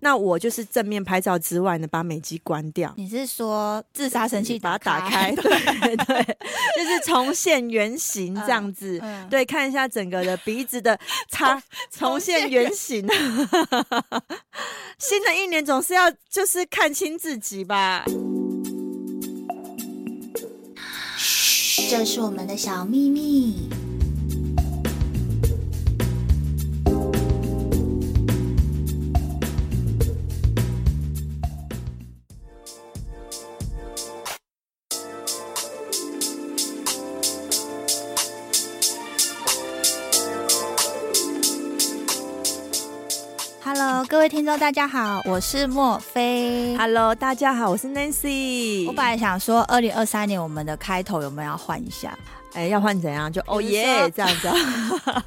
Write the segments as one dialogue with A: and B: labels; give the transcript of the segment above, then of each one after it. A: 那我就是正面拍照之外呢，把美肌关掉。
B: 你是说自杀神器
A: 把它打开，？ 对对，就是重现原形这样子。
B: 嗯，
A: 对，看一下整个的鼻子的擦，重
B: 重
A: 现
B: 现
A: 原形。 新的一年总是要就是看清自己吧。
B: 这是我们的小秘密。Hello，各位听众，大家好，我是莫菲。
A: Hello，大家好，我是 Nancy。
B: 我本来想说，二零二三年我们的开头有没有要换一下？
A: 哎、要换怎样？就哦
B: 比如
A: 耶
B: 说
A: 这样子啊，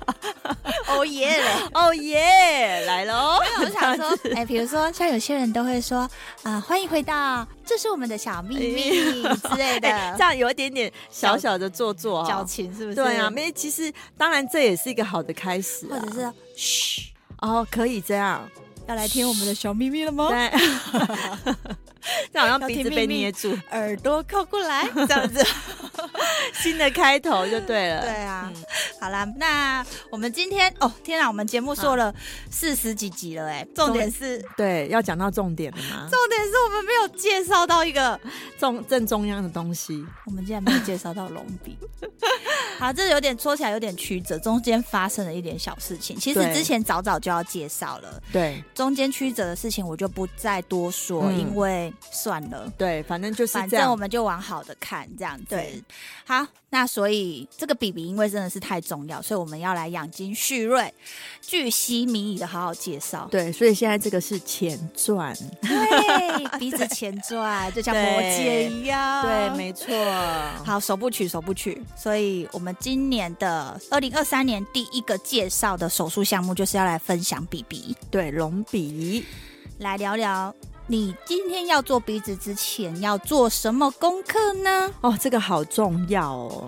B: 哦耶嘞！
A: 哦耶来喽。
B: 我想 说，哎、比如说像有些人都会说，啊、欢迎回到，这是我们的小秘密之类的，
A: 哎这样有一点点小小的做作、
B: 矫
A: 哦。
B: 情是不是？
A: 对啊，没，其实当然这也是一个好的开始、
B: 或
A: 啊，
B: 者是嘘，
A: 哦，可以这样，
B: 要来听我们的小秘密了 吗？
A: 对，这好像
B: 要
A: 鼻
B: 听
A: 子被
B: 秘密
A: 捏住，
B: 耳朵靠过来，这样子。
A: 新的开头就对了。
B: 对啊，
A: 嗯
B: 好啦，那我们今天哦，天啊，我们节目做了四十几集了、哎，重点是，
A: 对，要讲到重点了吗？
B: 重点是我们没有介绍到一个
A: 重正中央的东西，
B: 我们竟然没有介绍到龙鼻。好，这有点说起来有点曲折，中间发生了一点小事情。其实
A: 对
B: 之前早早就要介绍了，
A: 对
B: 中间曲折的事情我就不再多说，
A: 嗯
B: 因为算了。
A: 对，反正就是
B: 反
A: 这
B: 正
A: 样。
B: 我们就往好的看，这样子
A: 对。
B: 好，那所以这个比比因为真的是太重要，所以我们要来养精蓄锐，据悉民意的好好介绍。
A: 对，所以现在这个是前传，
B: 对，鼻子前转，就像魔戒一样。
A: 对，没错。
B: 好，首部曲，首部曲。所以我们今年的二零二三年第一个介绍的手术项目，就是要来分享 BB，
A: 对，隆鼻，
B: 来聊聊你今天要做鼻子之前要做什么功课呢？
A: 哦，这个好重要哦。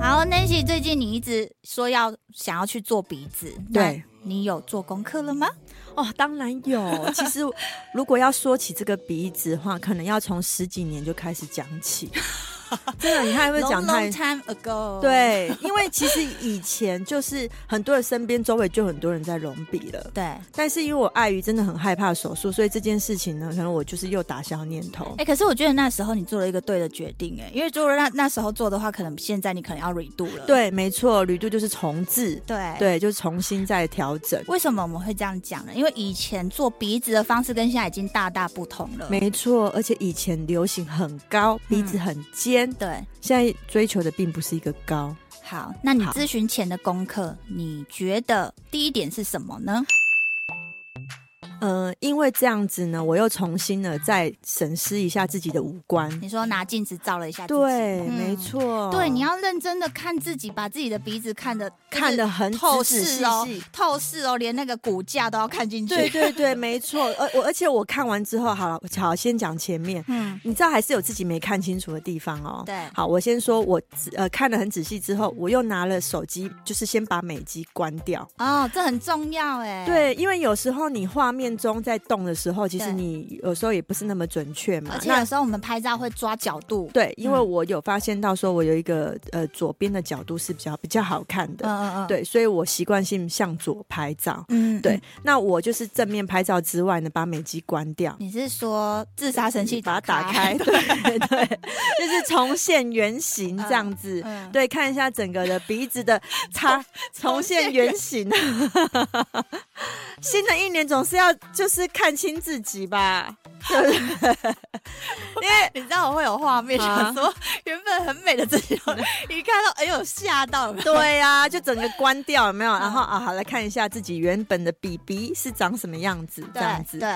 B: 好，Nancy，最近你一直说要想要去做鼻子，
A: 对，
B: 你有做功课了吗？
A: 哦，当然有。其 实，如果要说起这个鼻子的话，可能要从十几年就开始讲起。真的，你看会不会讲
B: Long,
A: 太
B: long time ago，，
A: 对，因为其实以前就是很多人身边周围就很多人在隆鼻了。
B: 对，哎、
A: 但是因为我碍于真的很害怕手术，所以这件事情呢，可能我就是又打消念头。
B: 哎可是我觉得那时候你做了一个对的决定、哎，因为如果那那时候做的话，可能现在你可能要 redo 了。
A: 对，没错，旅度就是重置，
B: 对
A: 对，就重新再调整。
B: 为什么我们会这样讲呢？因为以前做鼻子的方式跟现在已经大大不同了。
A: 没错，而且以前流行很高，鼻
B: 嗯
A: 子很尖，
B: 对，
A: 现在追求的并不是一个高。
B: 好，那你
A: 好
B: 咨询前的功课，你觉得第一点是什么呢？
A: 呃，因为这样子呢，我又重新的再审视一下自己的五官。
B: 你说拿镜子照了一下自己，
A: 对，
B: 嗯
A: 没错，
B: 对，你要认真的看自己，把自己的鼻子看的
A: 看得很
B: 透
A: 仔仔
B: 视
A: 细
B: 哦
A: 细，
B: 透视哦，连那个骨架都要看进去。
A: 对，对对，没错。而我而且我看完之后，好了，好先讲前面。
B: 嗯，
A: 你知道还是有自己没看清楚的地方哦。
B: 对
A: 好，我先说，我仔呃看得很仔细之后，我又拿了手机，就是先把美肌关掉。
B: 哦，这很重要哎。，
A: 对，因为有时候你画面中在动的时候，其实
B: 对
A: 你有时候也不是那么准确嘛
B: 而。且
A: 那
B: 有时候我们拍照会抓角度，
A: 对，因为
B: 嗯
A: 我有发现到说，我有一个呃左边的角度是比较比较好看的，
B: 嗯嗯嗯，
A: 对，所以我习惯性向左拍照。
B: 嗯，嗯
A: 对，，那我就是正面拍照之外呢，把美肌关掉，
B: 你是说自杀神器
A: 把它打开，？对对，就是重现原形这样子。
B: 嗯，
A: 对，看一下整个的鼻子的擦， 重现原形。新的一年总是要就是看清自己吧，
B: 因为你知道我会有画面，
A: 啊
B: 想说原本很美的自己，一看到哎呦吓到了，
A: 对呀、就整个关掉有没有？然后啊，好来看一下自己原本的 B B 是长什么样子，这样子。
B: 对，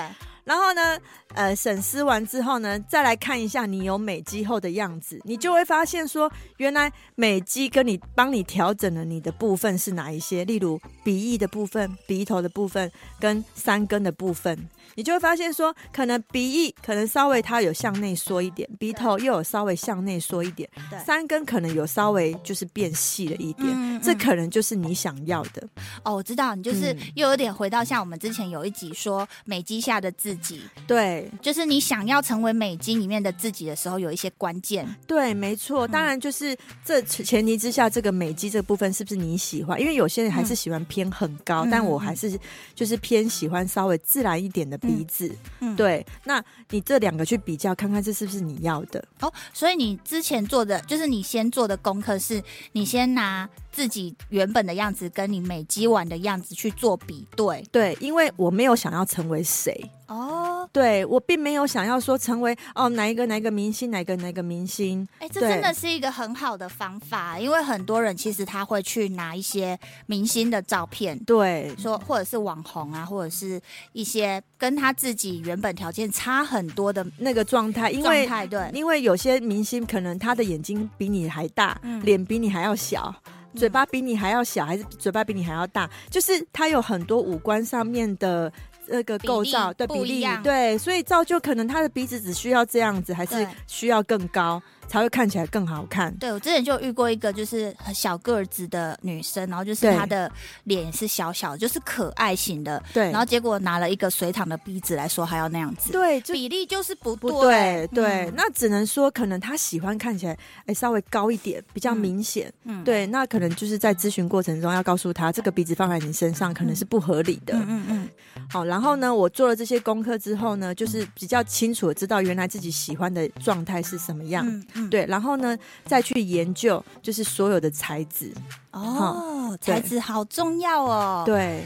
A: 然后呢，呃，审视完之后呢，再来看一下你有美肌后的样子，你就会发现说，原来美肌跟你帮你调整了你的部分是哪一些，例如鼻翼的部分、鼻头的部分跟三根的部分，你就会发现说，可能鼻翼可能稍微它有向内缩一点，鼻头又有稍微向内缩一点
B: 对，
A: 三根可能有稍微就是变细了一点，
B: 嗯嗯
A: 这可能就是你想要的。
B: 哦，我知道，你就是
A: 嗯
B: 又有点回到像我们之前有一集说美肌下的自己，
A: 对，
B: 就是你想要成为美肌里面的自己的时候，有一些关键。
A: 对，没错。
B: 嗯
A: 当然，就是这前提之下，这个美肌这部分是不是你喜欢？因为有些人还是喜欢偏很高，
B: 嗯
A: 但
B: 嗯
A: 我
B: 嗯
A: 还是就是偏喜欢稍微自然一点的鼻子。
B: 嗯，。
A: 对，那你这两个去比较，看看这是不是你要的？
B: 哦，所以你之前做的，就是你先做的功课是，你先拿自己原本的样子跟你美肌完的样子去做比对。
A: 对，因为我没有想要成为谁，
B: 哦，
A: 对我并没有想要说成为哦哪一个哪一个明星，哪一个哪一个明星。
B: 哎，这
A: 对
B: 真的是一个很好的方法，因为很多人其实他会去拿一些明星的照片，
A: 对，
B: 说或者是网红啊，或者是一些跟他自己原本条件差很多的
A: 那个状态，因
B: 状
A: 为
B: 态，对，
A: 因为有些明星可能他的眼睛比你还大，
B: 嗯
A: 脸比你还要小，
B: 嗯
A: 嘴巴比你还要小，还是嘴巴比你还要大，就是他有很多五官上面的。这个构造
B: 比例
A: 对
B: 不
A: 比
B: 一
A: 例
B: 样
A: 对，所以造就可能他的鼻子只需要这样子，还是
B: 对
A: 需要更高才会看起来更好看。
B: 对我之前就遇过一个就是很小个子的女生，然后就是
A: 对
B: 她的脸是小小的，就是可爱型的，
A: 对，
B: 然后结果拿了一个水塘的鼻子来说还要那样子，
A: 对就
B: 比例就是不对，
A: 不对对，
B: 嗯
A: 那只能说可能他喜欢看起来哎稍微高一点，比较
B: 嗯
A: 明显。
B: 嗯，
A: 对，那可能就是在咨询过程中要告诉他，这个鼻子放在你身上可能是不合理的。
B: 嗯嗯嗯，
A: 好，然后呢，我做了这些功课之后呢，就是比较清楚的知道原来自己喜欢的状态是什么样。
B: 嗯嗯，
A: 对，然后呢，再去研究就是所有的材质。
B: 哦，
A: 嗯对
B: 材质好重要哦，，
A: 对，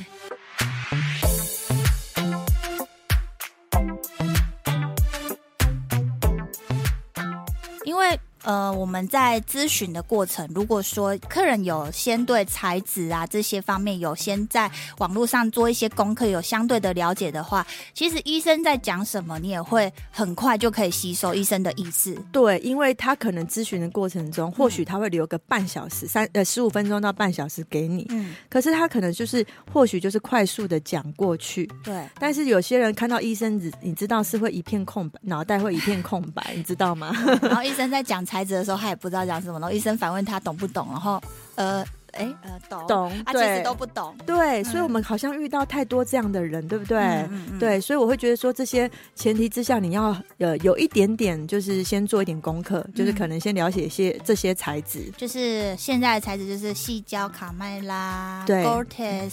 B: 因为。呃，我们在咨询的过程，如果说客人有先对材质啊这些方面有先在网络上做一些功课，有相对的了解的话，其实医生在讲什么，你也会很快就可以吸收医生的意思。
A: 对，因为他可能咨询的过程中，或许
B: 嗯
A: 他会留个半小时、三呃十五分钟到半小时给你，
B: 嗯，
A: 可是他可能就是或许就是快速的讲过去。
B: 对，
A: 但是有些人看到医生，只你知道是会一片空白，脑袋会一片空白，你知道吗？
B: 然后医生在讲材质的时候，他也不知道讲什么，然后医生反问他懂不懂，然后呃，哎呃 懂
A: 懂
B: 啊，其
A: 对
B: 实都不懂。
A: 对，所
B: 嗯
A: 以我们好像遇到太多这样的人，对不对？
B: 嗯嗯嗯
A: 对，所以我会觉得说，这些前提之下，你要呃有一点点，就是先做一点功课，就是
B: 嗯
A: 可能先了解一些这些材质。
B: 就是现在的材质就是细胶、卡麦拉、
A: 对
B: Gortex、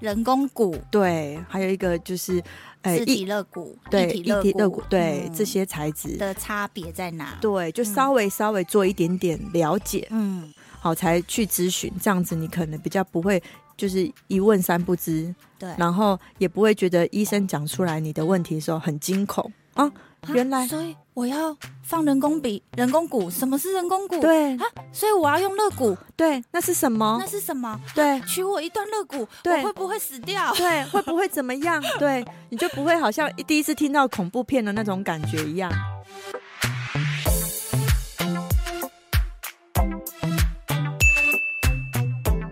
B: 人工骨、
A: 对，还有一个就是，呃，
B: 自体
A: 一
B: 肋骨、
A: 对
B: 一体
A: 一
B: 肋
A: 体肋骨，对、
B: 嗯
A: 这些材质，
B: 的差别在哪？
A: 对，就
B: 嗯
A: 稍微稍微做一点点了解，
B: 嗯，
A: 好才去咨询，这样子你可能比较不会就是一问三不知，
B: 对。
A: 然后也不会觉得医生讲出来你的问题的时候很惊恐啊，
B: 啊
A: 原来
B: 所以我要放人工鼻、人工骨。什么是人工骨？，
A: 对
B: 啊，所以我要用肋骨，
A: 对，那是什么
B: 那？是什么？
A: 对
B: 取我一段肋骨，我
A: 对
B: 会不会死掉？
A: 对，会不会怎么 样？对，你就不会好像一第一次听到恐怖片的那种感觉一样。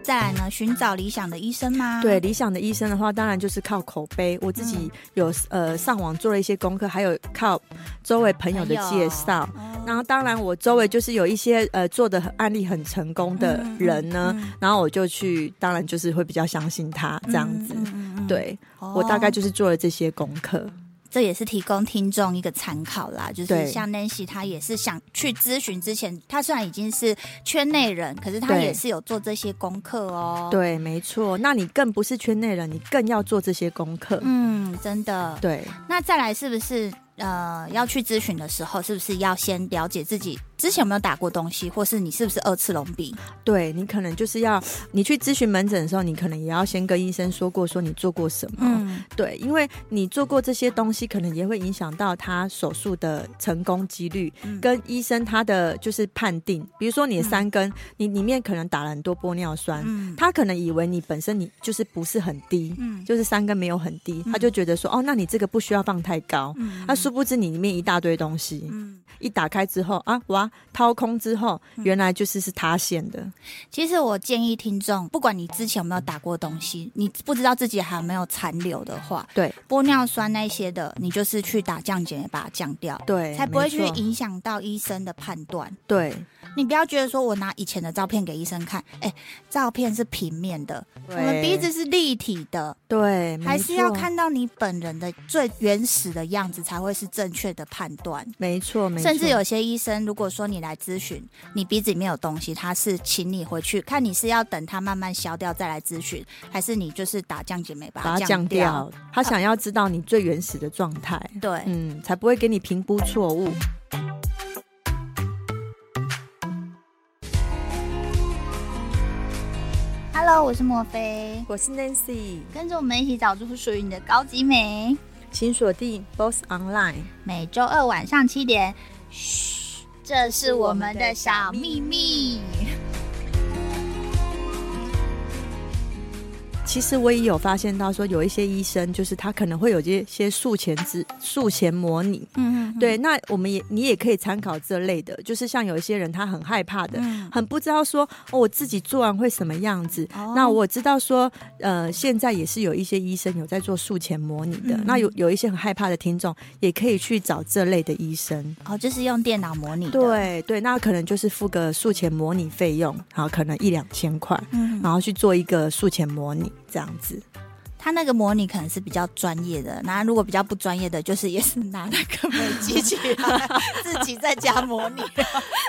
B: 再来呢，寻找理想的医生吗？
A: 对，理想的医生的话，当然就是靠口碑。我自己有、呃上网做了一些功课，还有靠周围朋友的介绍。
B: 哦，
A: 然后，当然我周围就是有一些呃做的案例很成功的人呢，
B: 嗯，嗯
A: 然后我就去，当然就是会比较相信他这样子。，
B: 嗯嗯嗯嗯
A: 对、
B: 哦
A: 我大概就是做了这些功课。
B: 这也是提供听众一个参考啦。就是
A: 对
B: 像 Nancy，她也是想去咨询之前，她虽然已经是圈内人，可是她
A: 对
B: 也是有做这些功课哦。，
A: 对，没错。那你更不是圈内人，你更要做这些功课。
B: 嗯，真的。
A: 对，
B: 那再来是不是呃要去咨询的时候，是不是要先了解自己之前有没有打过东西，或是你是不是二次隆鼻？
A: 对你可能就是要你去咨询门诊的时候，你可能也要先跟医生说过，说你做过什么。
B: 嗯，
A: 对，因为你做过这些东西，可能也会影响到他手术的成功几率，
B: 嗯
A: 跟医生他的就是判定。比如说你的
B: 嗯
A: 三根，你里面可能打了很多玻尿酸，
B: 嗯
A: 他可能以为你本身你就是不是很低，
B: 嗯
A: 就是三根没有很低，
B: 嗯
A: 他就觉得说哦，那你这个不需要放太高。
B: 嗯
A: 那、殊不知你里面一大堆东西，
B: 嗯。
A: 一打开之后啊，哇，掏空之后，原来就是是塌陷的。
B: 其实我建议听众，不管你之前有没有打过东西，你不知道自己还有没有残留的话，
A: 对
B: 玻尿酸那些的，你就是去打降解把它降掉，
A: 对，
B: 才不会
A: 没
B: 去
A: 错
B: 影响到医生的判断。
A: 对
B: 你不要觉得说我拿以前的照片给医生看，哎，照片是平面的，我
A: 对
B: 们鼻子是立体的，
A: 对，
B: 还
A: 没
B: 是要
A: 错
B: 看到你本人的最原始的样子，才会是正确的判断。
A: 没错，没错，
B: 甚至有些医生，如果说你来咨询，你鼻子里面有东西，他是请你回去看，你是要等它慢慢消掉再来咨询，还是你就是打降解酶把
A: 把它
B: 降
A: 降掉。他想要知道你最原始的状态，
B: 对，
A: 嗯，才不会给你评估错误。
B: Hello，我是莫菲，
A: 我是 Nancy，
B: 跟着我们一起找出属于你的高级美。
A: 请锁定 Boss Online。
B: 每周二晚上七点，嘘，这是我们的小秘密。
A: 其实我也有发现到，说有一些医生，就是他可能会有一些术前之术前模拟。
B: 嗯，嗯，
A: 对，那我们也你也可以参考这类的，就是像有一些人他很害怕的，
B: 嗯
A: 很不知道说、哦、我自己做完会什么样子。
B: 哦
A: 那我知道说，呃，现在也是有一些医生有在做术前模拟的，
B: 嗯
A: 那有有一些很害怕的听众也可以去找这类的医生。
B: 哦，就是用电脑模拟的。，
A: 对对，那可能就是付个术前模拟费用，然后可能一两千块，
B: 嗯，
A: 然后去做一个术前模拟这样子。
B: 他那个模拟可能是比较专业的，那如果比较不专业的，就是也是拿那个美机器来 自己在家模拟。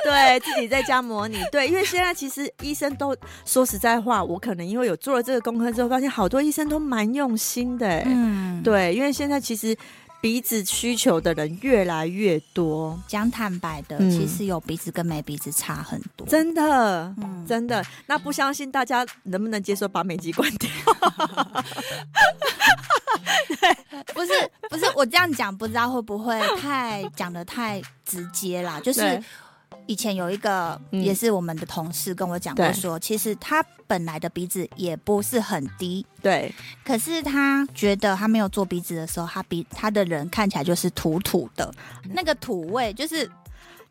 A: 对自己在家模拟，对，因为现在其实医生都说实在话，我可能因为有做了这个功课之后，发现好多医生都蛮用心的、欸，
B: 嗯，对。
A: 对，因为现在其实鼻子需求的人越来越多，
B: 讲坦白的，
A: 嗯
B: 其实有鼻子跟没鼻子差很多。
A: 真的。
B: 嗯，
A: 真的，那不相信大家能不能接受把美肌关掉？
B: 不是不是，我这样讲不知道会不会太讲的太直接啦。就是
A: 对
B: 以前有一个
A: 嗯
B: 也是我们的同事跟我讲过
A: 对
B: 说，其实他本来的鼻子也不是很低，
A: 对
B: 可是他觉得他没有做鼻子的时候，他鼻他的人看起来就是土土的，
A: 嗯
B: 那个土味就是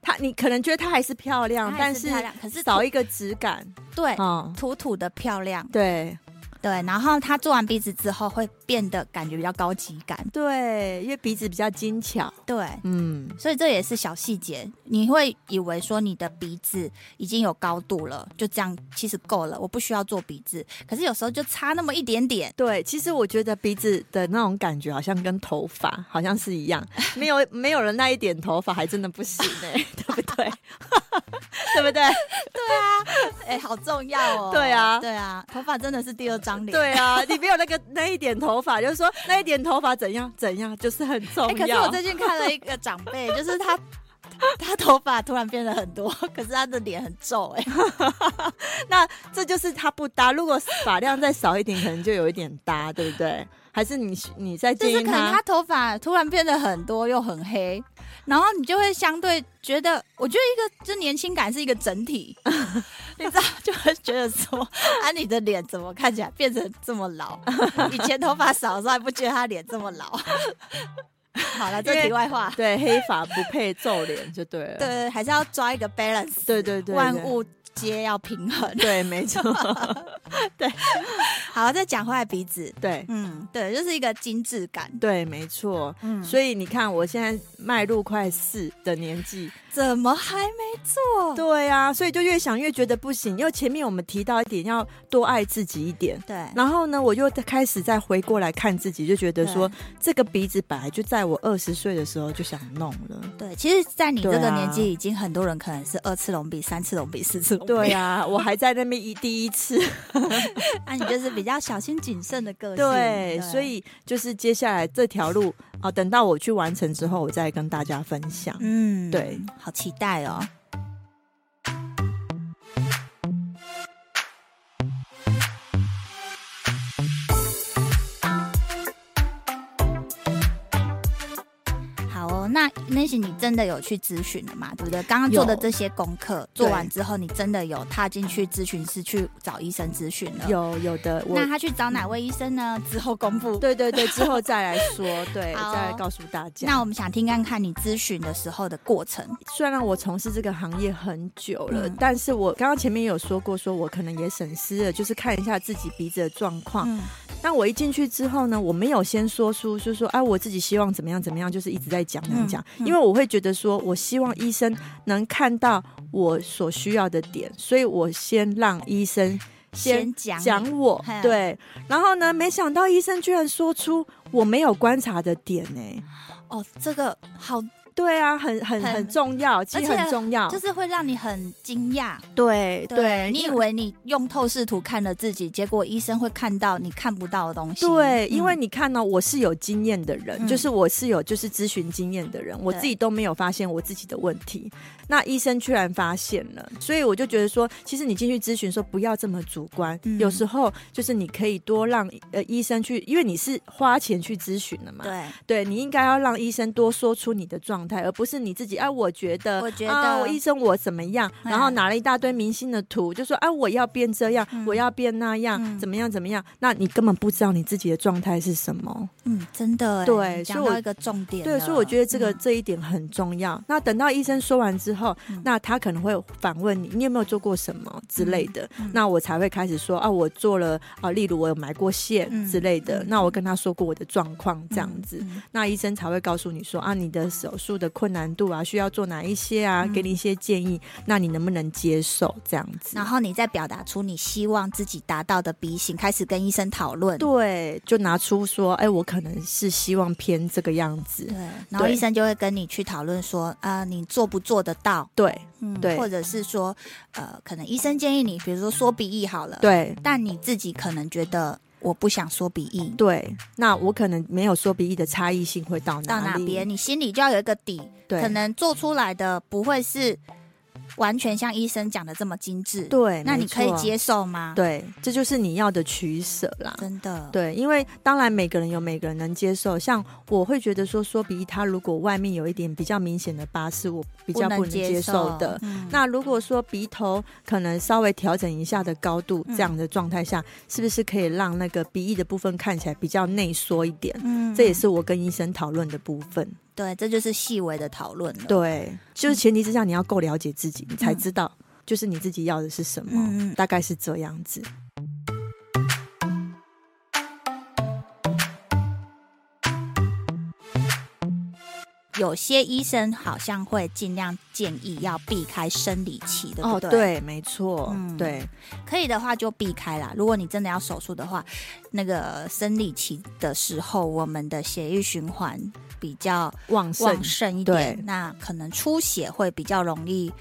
A: 她，你可能觉得她还是漂亮，
B: 她还
A: 哦但
B: 是
A: 是
B: 漂亮可是
A: 少一个质感。
B: 对
A: 嗯，
B: 土土的漂亮，
A: 对
B: 对。然后他做完鼻子之后会变得感觉比较高级感，
A: 对，因为鼻子比较精巧。
B: 对。
A: 嗯，
B: 所以这也是小细节，你会以为说你的鼻子已经有高度了，就这样其实够了，我不需要做鼻子。可是有时候就差那么一点点，
A: 对，其实我觉得鼻子的那种感觉好像跟头发好像是一样，没有没有人那一点头发还真的不行哎、 对不对？对不对？
B: 哎、好重要哦。
A: 对啊
B: 对啊，头发真的是第二张脸。
A: 对啊，你没有那个那一点头发，就是说那一点头发怎样怎样，就是很重
B: 哎，可是
A: 要。
B: 我最近看了一个长辈，就是他。他头发突然变得很多， 可是他的脸很皱哎、
A: 那这就是它不搭，如果发量再少一点，可能就有一点搭，对不对？还是你你在
B: 就
A: 建
B: 是
A: 议
B: 可能他头发突然变得很多又很黑，然后你就会相对觉得，我觉得一个就年轻感是一个整 体，你知道就会觉得说，啊你的脸怎么看起来变成这么老？以前头发少的时候还不觉得他脸这么 老。好了，这题外话，
A: 对黑发不配皱脸就对了。
B: 对，还是要抓一个 balance，
A: 对对对，
B: 万
A: 对
B: 物皆要平衡。
A: 对，没错，
B: 好，再讲回来鼻子，
A: 对
B: 嗯，对，就是一个精致感，
A: 对，没错。
B: 嗯，
A: 所以你看，我现在迈入快四的年纪，
B: 怎么还没做？
A: 对啊，所以就越想越觉得不行，因为前面我们提到一点，要多爱自己一点。
B: 对，
A: 然后呢，我又开始再回过来看自己，就觉得说这个鼻子本来就在我二十岁的时候就想弄了。
B: 对，其实，在你这
A: 对
B: 个
A: 啊
B: 年纪，已经很多人可能是二次隆鼻、三次隆鼻、四次隆鼻。
A: 对啊，我还在那边一第一次，
B: 那、啊你就是比较小心谨慎的个性。
A: 对，所以就是接下来这条路啊、等到我去完成之后，我再跟大家分享。
B: 嗯，
A: 对，
B: 好期待哦。好哦，那那些你真的有去咨询了嘛？对不对？刚刚做的
A: 有
B: 这些功课做完之后，你真的有踏进去咨询室去找医生咨询了？。
A: 有有的，
B: 嗯
A: 我嗯
B: 那他去找哪位医生呢？之后公布。
A: 对对对，之后再来说，对，
B: 好
A: 再来告诉大家。
B: 那我们想听看看你咨询的时候的过程。
A: 虽然我从事这个行业很久了，
B: 嗯
A: 但是我刚刚前面有说过，说我可能也省思了，就是看一下自己鼻子的状况。
B: 嗯，
A: 那我一进去之后呢，我没有先说出，就是说，哎、我自己希望怎么样怎么样，就是一直在讲讲讲，
B: 嗯嗯
A: 因为我会觉得说，我希望医生能看到我所需要的点，所以我先让医生先
B: 先讲
A: 讲
B: 你
A: 我
B: 嘿
A: 对，然后呢，没想到医生居然说出我没有观察的点呢、
B: 哦，这个好
A: 对啊，很很
B: 很
A: 很重要，其
B: 而
A: 实
B: 且
A: 很重要，
B: 就是会让你很惊讶。
A: 对
B: 你以为你用透视图看了自己，结果医生会看到你看不到的东西。
A: 对，
B: 嗯
A: 因为你看呢、我是有经验的人，
B: 嗯
A: 就是我是有就是咨询经验的人，我自己都没有发现我自己的问题，那医生居然发现了，所以我就觉得说，其实你进去咨询说不要这么主观，
B: 嗯
A: 有时候就是你可以多让呃医生去，因为你是花钱去咨询的嘛，
B: 对，
A: 对你应该要让医生多说出你的状态，而不是你自己。哎、我觉得，
B: 我觉得
A: 啊我医生我怎么样，
B: 嗯
A: 然后拿了一大堆明星的图，就说，哎、我要变这样，
B: 嗯
A: 我要变那样，
B: 嗯
A: 怎么样怎么样？那你根本不知道你自己的状态是什么。
B: 嗯，真的欸，
A: 对
B: 你
A: 所
B: 讲
A: 以我
B: 到一个重点了。
A: 对，所以我觉得这个、
B: 嗯
A: 这一点很重要。那等到医生说完之后，
B: 嗯
A: 那他可能会反问你，你有没有做过什么之类的。
B: 嗯
A: 那我才会开始说啊，我做了啊，例如我有埋过线
B: 嗯
A: 之类的。
B: 嗯
A: 那我跟他说过我的状况这样子，
B: 嗯
A: 那医生才会告诉你说啊，你的手术的困难度啊，需要做哪一些啊，
B: 嗯
A: 给你一些建议，那你能不能接受这样子
B: 然？后你再表达出你希望自己达到的鼻型，开始跟医生讨论。
A: 对，就拿出说，哎、我可能是希望偏这个样子
B: 对。，然后
A: 对
B: 医生就会跟你去讨论说，啊、你做不做得到？
A: 对
B: 嗯，
A: 对
B: 或者是说，呃，可能医生建议你，比如说缩鼻翼好了，
A: 对
B: 但你自己可能觉得我不想缩鼻翼，
A: 对，那我可能没有说鼻翼的差异性会到
B: 到
A: 哪
B: 哪
A: 里？
B: 边，你心里就要有一个底，
A: 对，
B: 可能做出来的不会是完全像医生讲的这么精致。，
A: 对，
B: 那
A: 没
B: 你可以
A: 错。
B: 接受吗？，
A: 对，这就是你要的取舍啦。
B: 真的，
A: 对，因为当然每个人有每个人能接受，像我会觉得说缩鼻翼，它如果外面有一点比较明显的疤，是我比较不能接受的。
B: 嗯
A: 那如果说鼻头可能稍微调整一下的高度，
B: 嗯
A: 这样的状态下，是不是可以让那个鼻翼的部分看起来比较内缩一点？
B: 嗯
A: 这也是我跟医生讨论的部分。
B: 对，这就是细微的讨论了。，
A: 对，就是前提之下你要够了解自己，你才知道就是你自己要的是什么，
B: 嗯嗯嗯
A: 大概是这样子。
B: 有些医生好像会尽量建议要避开生理期，对不
A: 哦，
B: 对？，
A: 对，没错，
B: 嗯
A: 对。
B: 可以的话就避开啦。如果你真的要手术的话，那个生理期的时候，我们的血液循环比较
A: 旺盛
B: 旺盛一点
A: 对，
B: 那可能出血会比较容易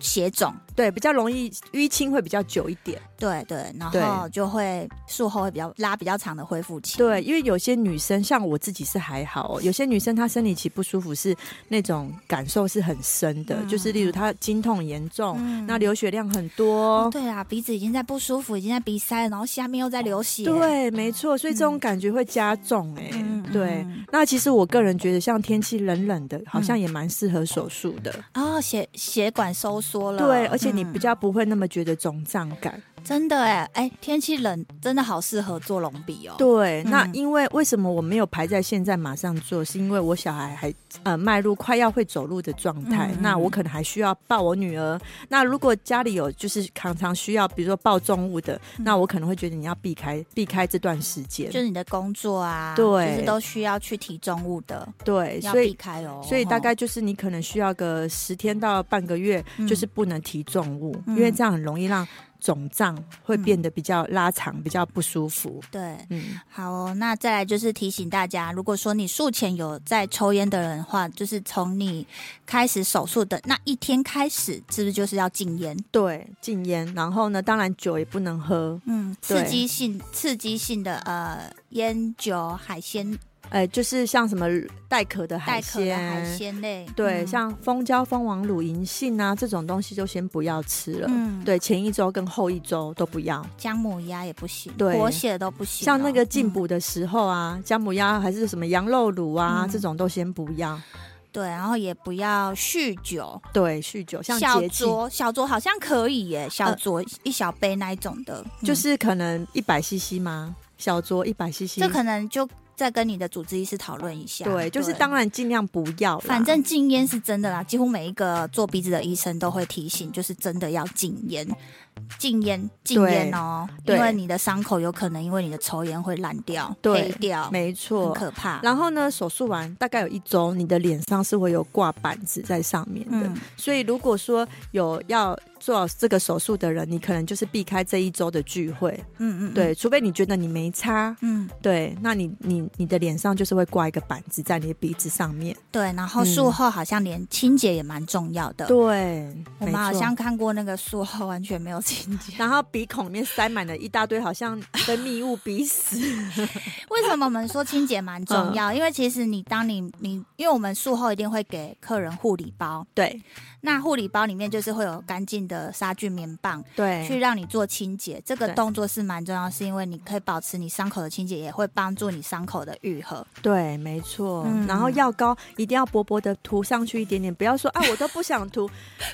B: 血肿，
A: 对，比较容易淤青会比较久一点。
B: 对对，然后
A: 对
B: 就会术后会比较拉比较长的恢复期。
A: 对，因为有些女生像我自己是还好、哦，有些女生她生理期不舒服是那种感受是很深的，
B: 嗯
A: 就是例如她经痛严重，
B: 嗯
A: 那流血量很
B: 哦
A: 多。
B: 对啦，鼻子已经在不舒服，已经在鼻塞了，然后下面又在流血。
A: 对，没错，所以这种感觉会加重哎、
B: 嗯，嗯
A: 对，
B: 嗯
A: 那其实我个人觉得，像天气冷冷的，好像也蛮适合手术的。
B: 啊哦，血血管收缩了，
A: 对，而且你
B: 嗯
A: 比较不会那么觉得肿胀感。
B: 真的哎哎，天气冷，真的好适合做隆鼻哦。
A: 对，那
B: 嗯
A: 因为为什么我没有排在现在马上做，是因为我小孩还呃迈入快要会走路的状态，
B: 嗯嗯
A: 那我可能还需要抱我女儿。那如果家里有就是常常需要，比如说抱重物的，那我可能会觉得你要避开避开这段时
B: 嗯
A: 间
B: 就。是你的工作啊，
A: 对
B: 就是都需要去提重物的，
A: 对，
B: 要
A: 所
B: 避
A: 以。
B: 开哦。
A: 所以大
B: 吼
A: 概就是你可能需要个十天到半个月，
B: 嗯
A: 就是不能提重物，
B: 嗯
A: 因为这样很容易让肿胀会变得比较拉长，比较不舒服。
B: 对，
A: 嗯，
B: 好哦，那再来就是提醒大家，如果说你术前有在抽烟的人的话，就是从你开始手术的那一天开始，是不是就是要禁烟？
A: 对，禁烟。然后呢，当然酒也不能喝，
B: 嗯，
A: 对
B: 刺激性、刺激性的呃烟酒、海鲜、
A: 哎，就是像什么带壳的海
B: 带壳的
A: 鲜，
B: 海鲜类，
A: 对，
B: 嗯
A: 像蜂胶、蜂王乳、银杏啊这种东西就先不要吃了。
B: 嗯
A: 呃对，前一周跟后一周都不要。
B: 姜母鸭也不行，
A: 对
B: 活血都不行哦、
A: 像那个进
B: 嗯
A: 补的时候啊，姜母鸭还是什么羊肉乳啊，
B: 嗯
A: 这种都先不要。
B: 对，然后也不要酗酒。
A: 对，酗酒像
B: 小
A: 节气，呃
B: 酌，小酌好像可以耶，小酌、一小杯那一种的，嗯
A: 就是可能一百 CC 吗？小酌一百 CC，
B: 这可能就再跟你的主治医师讨论一下。
A: 对，就是当然尽量不要啦。
B: 反正禁烟是真的啦，几乎每一个做鼻子的医生都会提醒，就是真的要禁烟，禁烟，禁烟哦，
A: 对
B: 因为你的伤口有可能因为你的抽烟会烂掉、
A: 对
B: 黑掉，
A: 没
B: 很
A: 错。
B: 可怕。
A: 然后呢，手术完大概有一周，你的脸上是会有挂板子在上面的。
B: 嗯，
A: 所以如果说有要做这个手术的人，你可能就是避开这一周的聚会，
B: 嗯嗯，，
A: 对，除非你觉得你没差，
B: 嗯
A: 对，那你你你的脸上就是会挂一个板子在你的鼻子上面，
B: 对。然后术后好像连清洁也蛮重要的。
A: 嗯对，
B: 我
A: 没
B: 们好
A: 错
B: 像。看过那个术后完全没有清洁，
A: 然后鼻孔里面塞满了一大堆好像分泌物、鼻 屎，
B: 为什么我们说清洁蛮重
A: 嗯
B: 要？因为其实你当你你，因为我们术后一定会给客人护理包，
A: 对
B: 那护理包里面就是会有干净的杀菌棉棒，去
A: 对
B: 让你做清洁。这个
A: 对
B: 动作是蛮重要，是因为你可以保持你伤口的清洁，也会帮助你伤口的愈合。
A: 对，没错。
B: 嗯
A: 然后药膏一定要薄薄的涂上去一点点，不要说啊我都不想 涂，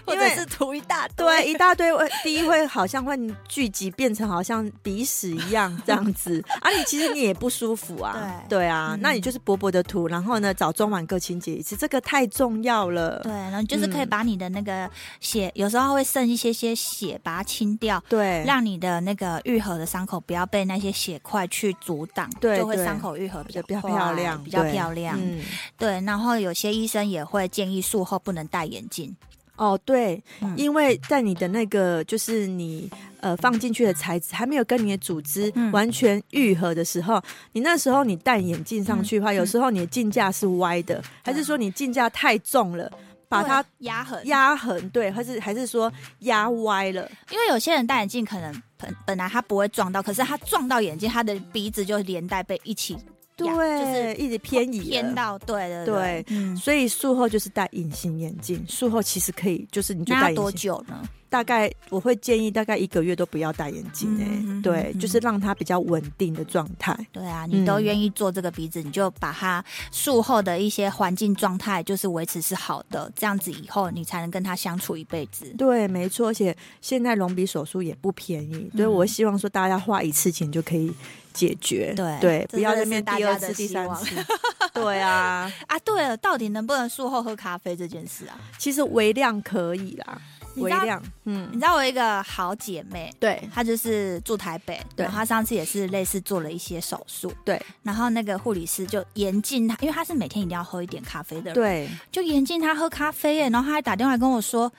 A: 因为
B: 涂一大
A: 对，，一大堆会，第一会好像会聚集变成好像鼻屎一样这样子啊，你其实你也不舒服啊，
B: 对
A: 对啊，
B: 嗯
A: 那你就是薄薄的涂，然后呢早中晚各清洁一次，这个太重要了
B: 对，，然后就是可以
A: 嗯
B: 把你的那个血，有时候会剩一些些血，把它清掉。
A: 对，
B: 让你的那个愈合的伤口不要被那些血块去阻挡，
A: 对
B: 就会
A: 对
B: 伤口愈合比较
A: 比较
B: 快
A: 漂亮，
B: 比较
A: 对
B: 漂亮。
A: 嗯，
B: 对，然后有些医生也会建议术后不能戴眼镜。
A: 哦对
B: 嗯，
A: 因为在你的那个就是你呃放进去的材质还没有跟你的组织
B: 嗯
A: 完全愈合的时候，你那时候你戴眼镜上去的话，
B: 嗯啊
A: 有时候你的镜架是歪的，还是说你镜架太重了，把它
B: 对压痕
A: 啊压痕，对，还是还是说压歪了，
B: 因为有些人戴眼镜可能本本来他不会撞到，可是他撞到眼睛，他的鼻子就连带被一起压就是
A: 一直偏移了
B: 偏。到，对对
A: 对
B: 嗯，
A: 所以术后就是戴隐形眼镜，术后其实可以，就是你就
B: 那
A: 戴
B: 要
A: 隐
B: 多
A: 形，
B: 久呢？
A: 大概我会建议大概一个月都不要戴眼镜诶、
B: 嗯嗯嗯
A: 对，
B: 嗯
A: 就是让它比较稳定的状态。
B: 对啊，你都
A: 嗯
B: 愿意做这个鼻子，你就把它术后的一些环境状态就是维持是好的，这样子以后你才能跟他相处一辈子。
A: 对，没错，而且现在隆鼻手术也不便宜，
B: 嗯
A: 所以我希望说大家花一次钱就可以解决，
B: 对
A: 对，
B: 这
A: 不要
B: 真的
A: 在那
B: 是
A: 边
B: 大
A: 第
B: 家
A: 二
B: 的
A: 次、第
B: 希
A: 三
B: 望
A: 次， 对啊，
B: 啊，对了，到底能不能术后喝咖啡这件事啊？
A: 其实微量可以啦，
B: 你
A: 微
B: 知道
A: 量，
B: 你
A: 嗯，
B: 知道我有一个好姐妹，
A: 对
B: 她就是住台北，
A: 对
B: 然后她上次也是类似做了一些手术，
A: 对
B: 然后那个护理师就严禁她，因为她是每天一定要喝一点咖啡的人，
A: 对，
B: 就严禁她喝咖啡耶，然后她还打电话来跟我说，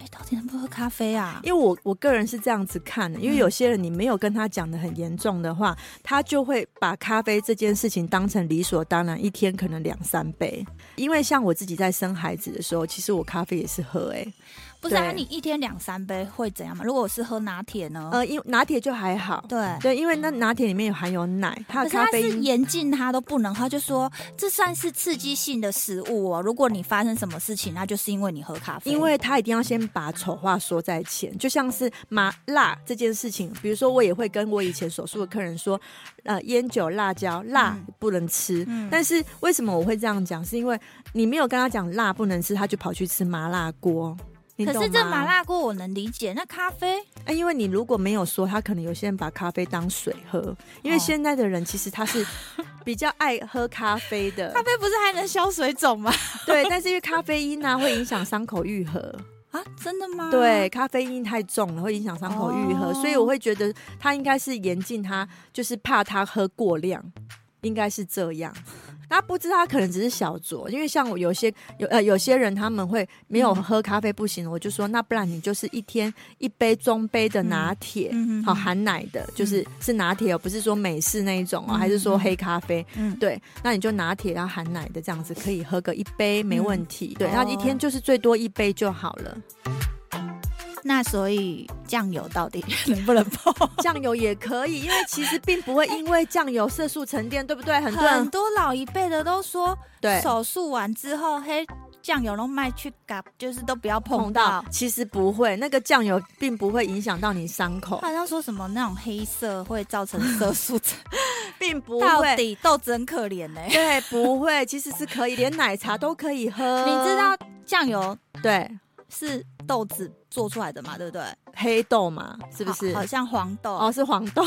B: 哎，到底能不能喝咖啡啊？
A: 因为我我个人是这样子看的，因为
B: 嗯
A: 有些人你没有跟他讲的很严重的话，他就会把咖啡这件事情当成理所当然，一天可能两三杯。因为像我自己在生孩子的时候，其实我咖啡也是喝、欸，
B: 不是啊，
A: 对
B: 你一天两三杯会怎样嘛？如果我是喝拿铁呢？
A: 呃，因拿铁就还好，
B: 哦对。
A: 对，因为那拿铁里面有含有奶，
B: 可
A: 它的
B: 是
A: 咖
B: 他
A: 啡
B: 是
A: 因。
B: 严禁他都不能喝，她就说这算是刺激性的食物哦。如果你发生什么事情，那就是因为你喝咖啡。
A: 因为他一定要先把丑话说在前，就像是麻辣这件事情，比如说我也会跟我以前手术的客人说，呃，烟酒、辣椒、辣
B: 嗯
A: 不能吃。
B: 嗯
A: 但是为什么我会这样讲？是因为你没有跟他讲辣不能吃，他就跑去吃麻辣锅。你
B: 可
A: 懂
B: 是这
A: 吗
B: 麻辣锅我能理解，那咖啡
A: 啊，因为你如果没有说，他可能有些人把咖啡当水喝，因为
B: 哦
A: 现在的人其实他是比较爱喝咖啡 的，
B: 咖啡不是还能消水肿吗？
A: 对，但是因为咖啡因呢、会影响伤口愈合，
B: 啊，真的吗？
A: 对，，咖啡因太重了会影响伤口愈合，
B: 嗯哦
A: 所以我会觉得他应该是严禁他，就是怕他喝过量，应该是 这样。那不知道他可能只是小酌，因为像我有些有呃有些人他们会没有
B: 嗯
A: 喝咖啡不行，我就说那不然你就是一天一杯中杯的拿铁，
B: 嗯
A: 好，含奶的，就是是拿铁哦，不是说美式那一种哦，
B: 嗯
A: 还是说黑咖啡？
B: 嗯，
A: 对，那你就拿铁然后含奶的这样子，可以喝个一杯没问题。对，
B: 哦
A: 那一天就是最多一杯就好了。
B: 那所以酱油到底 能不能泡？
A: 酱油也可以，因为 其实并不会因为酱油色素沉淀，对不对？很多
B: 很
A: 人
B: 多老一辈的都说，
A: 对
B: 手术完之后黑酱油都卖去嘎，就是都不要碰
A: 碰
B: 到
A: 到，，其实不会，那个酱油并不会影响到你伤口，
B: 好像说什么那种黑色会造成色素沉，
A: 并 不
B: 到
A: 会。
B: 底豆子很可怜呢、
A: 对，不会，其实是可以，连奶茶都可以喝。
B: 你知道酱油
A: 对
B: 是豆子做出来的嘛？对不对？
A: 黑豆嘛？是不是？
B: 好好像黄豆
A: 哦，是黄 豆，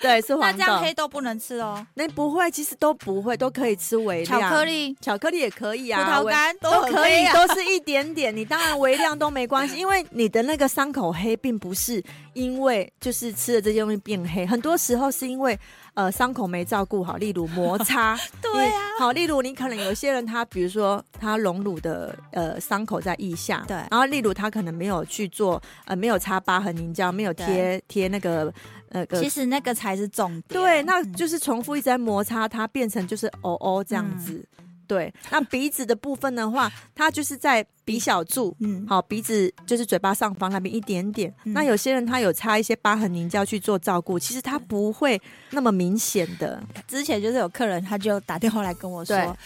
A: 对，是
B: 那
A: 黄
B: 这
A: 豆。
B: 样黑豆不能吃哦，
A: 那不会，其实都不会，都可以吃微
B: 巧
A: 量。
B: 克力、
A: 巧克力也可以
B: 葡
A: 啊，
B: 萄
A: 微
B: 干
A: 都
B: 很
A: 可
B: 黑
A: 以，
B: 啊
A: 都是一点点。你当然微量都没关系，因为你的那个伤口黑，并不是因为就是吃了这些东西变黑，很多时候是因为呃伤口没照顾好，例如摩擦。
B: 对啊，
A: 你好，例如你可能有些人他，比如说他隆乳的呃伤口在腋下，
B: 对
A: 然后例如他可能没有去做呃没有擦疤痕凝胶，没有贴贴那个那个
B: 其实那个才是重点。
A: 对，那
B: 嗯
A: 就是重复一直在摩擦它，变成就是哦哦这样子。
B: 嗯
A: 对，那鼻子的部分的话，它就是在鼻小柱。
B: 嗯，
A: 好，鼻子就是嘴巴上方那边一点点。
B: 嗯
A: 那有些人他有擦一些疤痕凝胶去做照顾，其实他不会那么明显的。
B: 之前就是有客人他就打电话来跟我
A: 对
B: 说，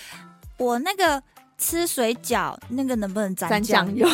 B: 我那个吃水饺那个能不能沾
A: 沾
B: 酱
A: 酱？油，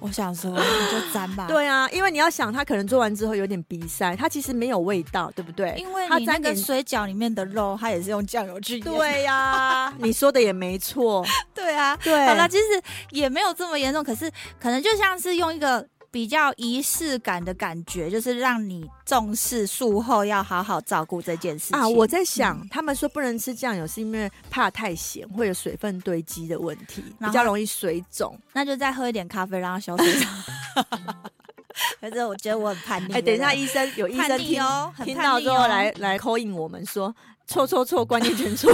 B: 我想说你就沾 吧，，
A: 对啊，因为你要想，他可能做完之后有点鼻塞，他其实没有味道，对不对？
B: 因为
A: 它
B: 你那
A: 沾
B: 个
A: 点
B: 水饺里面的肉，它也是用酱油去腌。
A: 对呀、你说的也没 错。
B: 对啊，
A: 对，
B: 好啦，其实也没有这么严重，可是可能就像是用一个比较仪式感的感觉，就是让你重视术后要好好照顾这件事情
A: 啊，我在想，他们说不能吃酱油，是因为怕太咸会有水分堆积的问题，
B: 然后
A: 比较容易水肿。
B: 那就再喝一点咖啡，让它消水 肿。可是我觉得我很叛逆。
A: 哎、等一下，
B: 对
A: 医生有
B: 不
A: 医
B: 对
A: 生
B: 叛逆
A: 听、
B: 哦，很
A: 听
B: 叛
A: 到
B: 逆
A: 之后
B: 哦
A: 来 来扣引我们说，错错错，关键全错。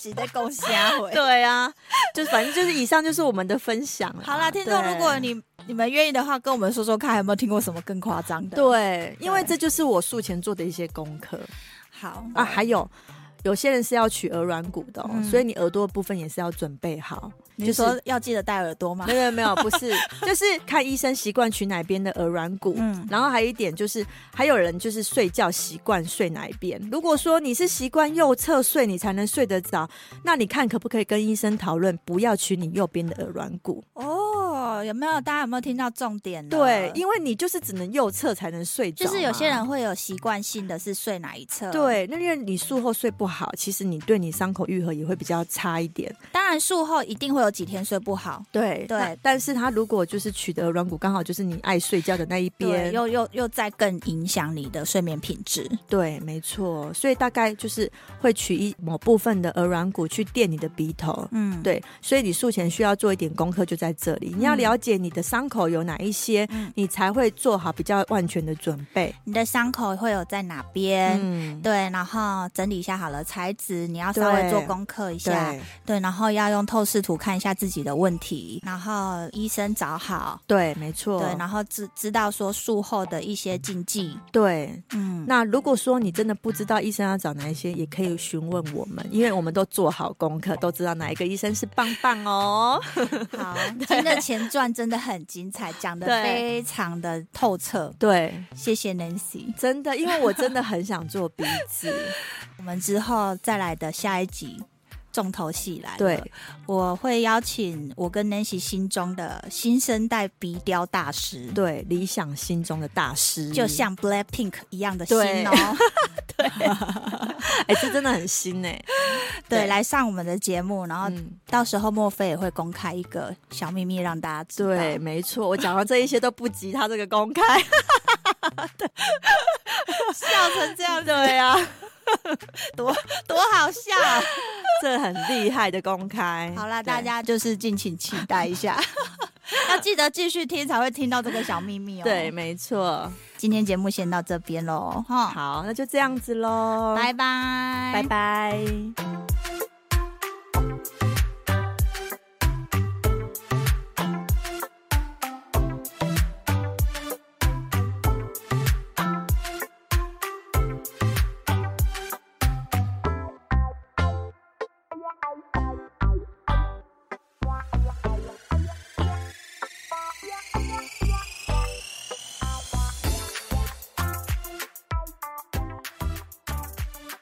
B: 直接够瞎回。
A: 对啊，就反正就是以上就是我们的分享啦
B: 好啦，听众，
A: 对
B: 如果你你们愿意的话，跟我们说说看，有没有听过什么更夸张的？，
A: 对，啊因为
B: 对
A: 这就是我术前做的一些功课
B: 好
A: 啊，还有。有些人是要取耳软骨的、哦，
B: 嗯
A: 所以你耳朵的部分也是要准备好。
B: 你
A: 就
B: 说
A: 是
B: 要记得戴耳朵吗
A: 没？有没有，不是，就是看医生习惯取哪边的耳软 骨。
B: 嗯，
A: 然后还有一点就是，还有人就是睡觉习惯睡哪一边。如果说你是习惯右侧睡，你才能睡得着，那你看可不可以跟医生讨论，不要取你右边的耳软骨？
B: 哦，有没有大家有没有听到重点呢？
A: 对，因为你就是只能右侧才能睡着
B: 啊就
A: 嘛。
B: 是有些人会有习惯性的是睡哪一侧，，
A: 对，那因为你术后睡不好，其实你对你伤口愈合也会比较差一点。
B: 当然术后一定会有几天睡不好，
A: 对
B: 对
A: 那但是他如果就是取得耳软骨刚好就是你爱睡觉的那一
B: 对，
A: 边，
B: 又又又再更影响你的睡眠品质。
A: 对，没错，所以大概就是会取一某部分的耳软骨去垫你的鼻头。
B: 嗯，，
A: 对，所以你术前需要做一点功课，就在这里。你要了解你的伤口有哪一些，
B: 嗯
A: 你才会做好比较万全的准备。
B: 你的伤口会有在哪边？
A: 嗯，
B: 对，然后整理一下好了，材质你要稍微
A: 对
B: 做功课一下，
A: 对
B: 对，然后要用透视图看一下自己的问题，然后医生找好，
A: 对，没错，
B: 对，然后知知道说术后的一些禁忌，
A: 对。
B: 嗯，
A: 那如果说你真的不知道医生要找哪一些，也可以询问我们，因为我们都做好功课，都知道哪一个医生是棒棒 哦。
B: 嗯 好，今天的前传真的很精彩，讲的
A: 对
B: 非常的透彻，
A: 对，
B: 谢谢 Nancy。
A: 真的，因为我真的很想做鼻子。
B: 我们之后再来的下一集重头戏来了
A: 对，
B: 我会邀请我跟 Nancy 心中的新生代鼻雕大师，
A: 对，理想心中的大师，
B: 哦 就像 Black Pink 一样的心
A: 对
B: 哦。
A: 哎、这真的很新哎、
B: 对，
A: 对
B: 来上我们的节目，然后
A: 嗯，
B: 到时候莫非也会公开一个小秘密让大家知道。
A: 对，，没错，我讲完这一些都不及他这个公开，
B: 笑成这样子，
A: 对啊，
B: 多好笑！
A: 这很厉害的公开。
B: 好啦，
A: 对
B: 大。家就是敬请期待一 下，要记得继续听才会听到这个小秘密哦。
A: 对，，没错。
B: 今天节目先到这边喽，哈，
A: 好，那就这样子喽，
B: 拜拜，
A: 拜拜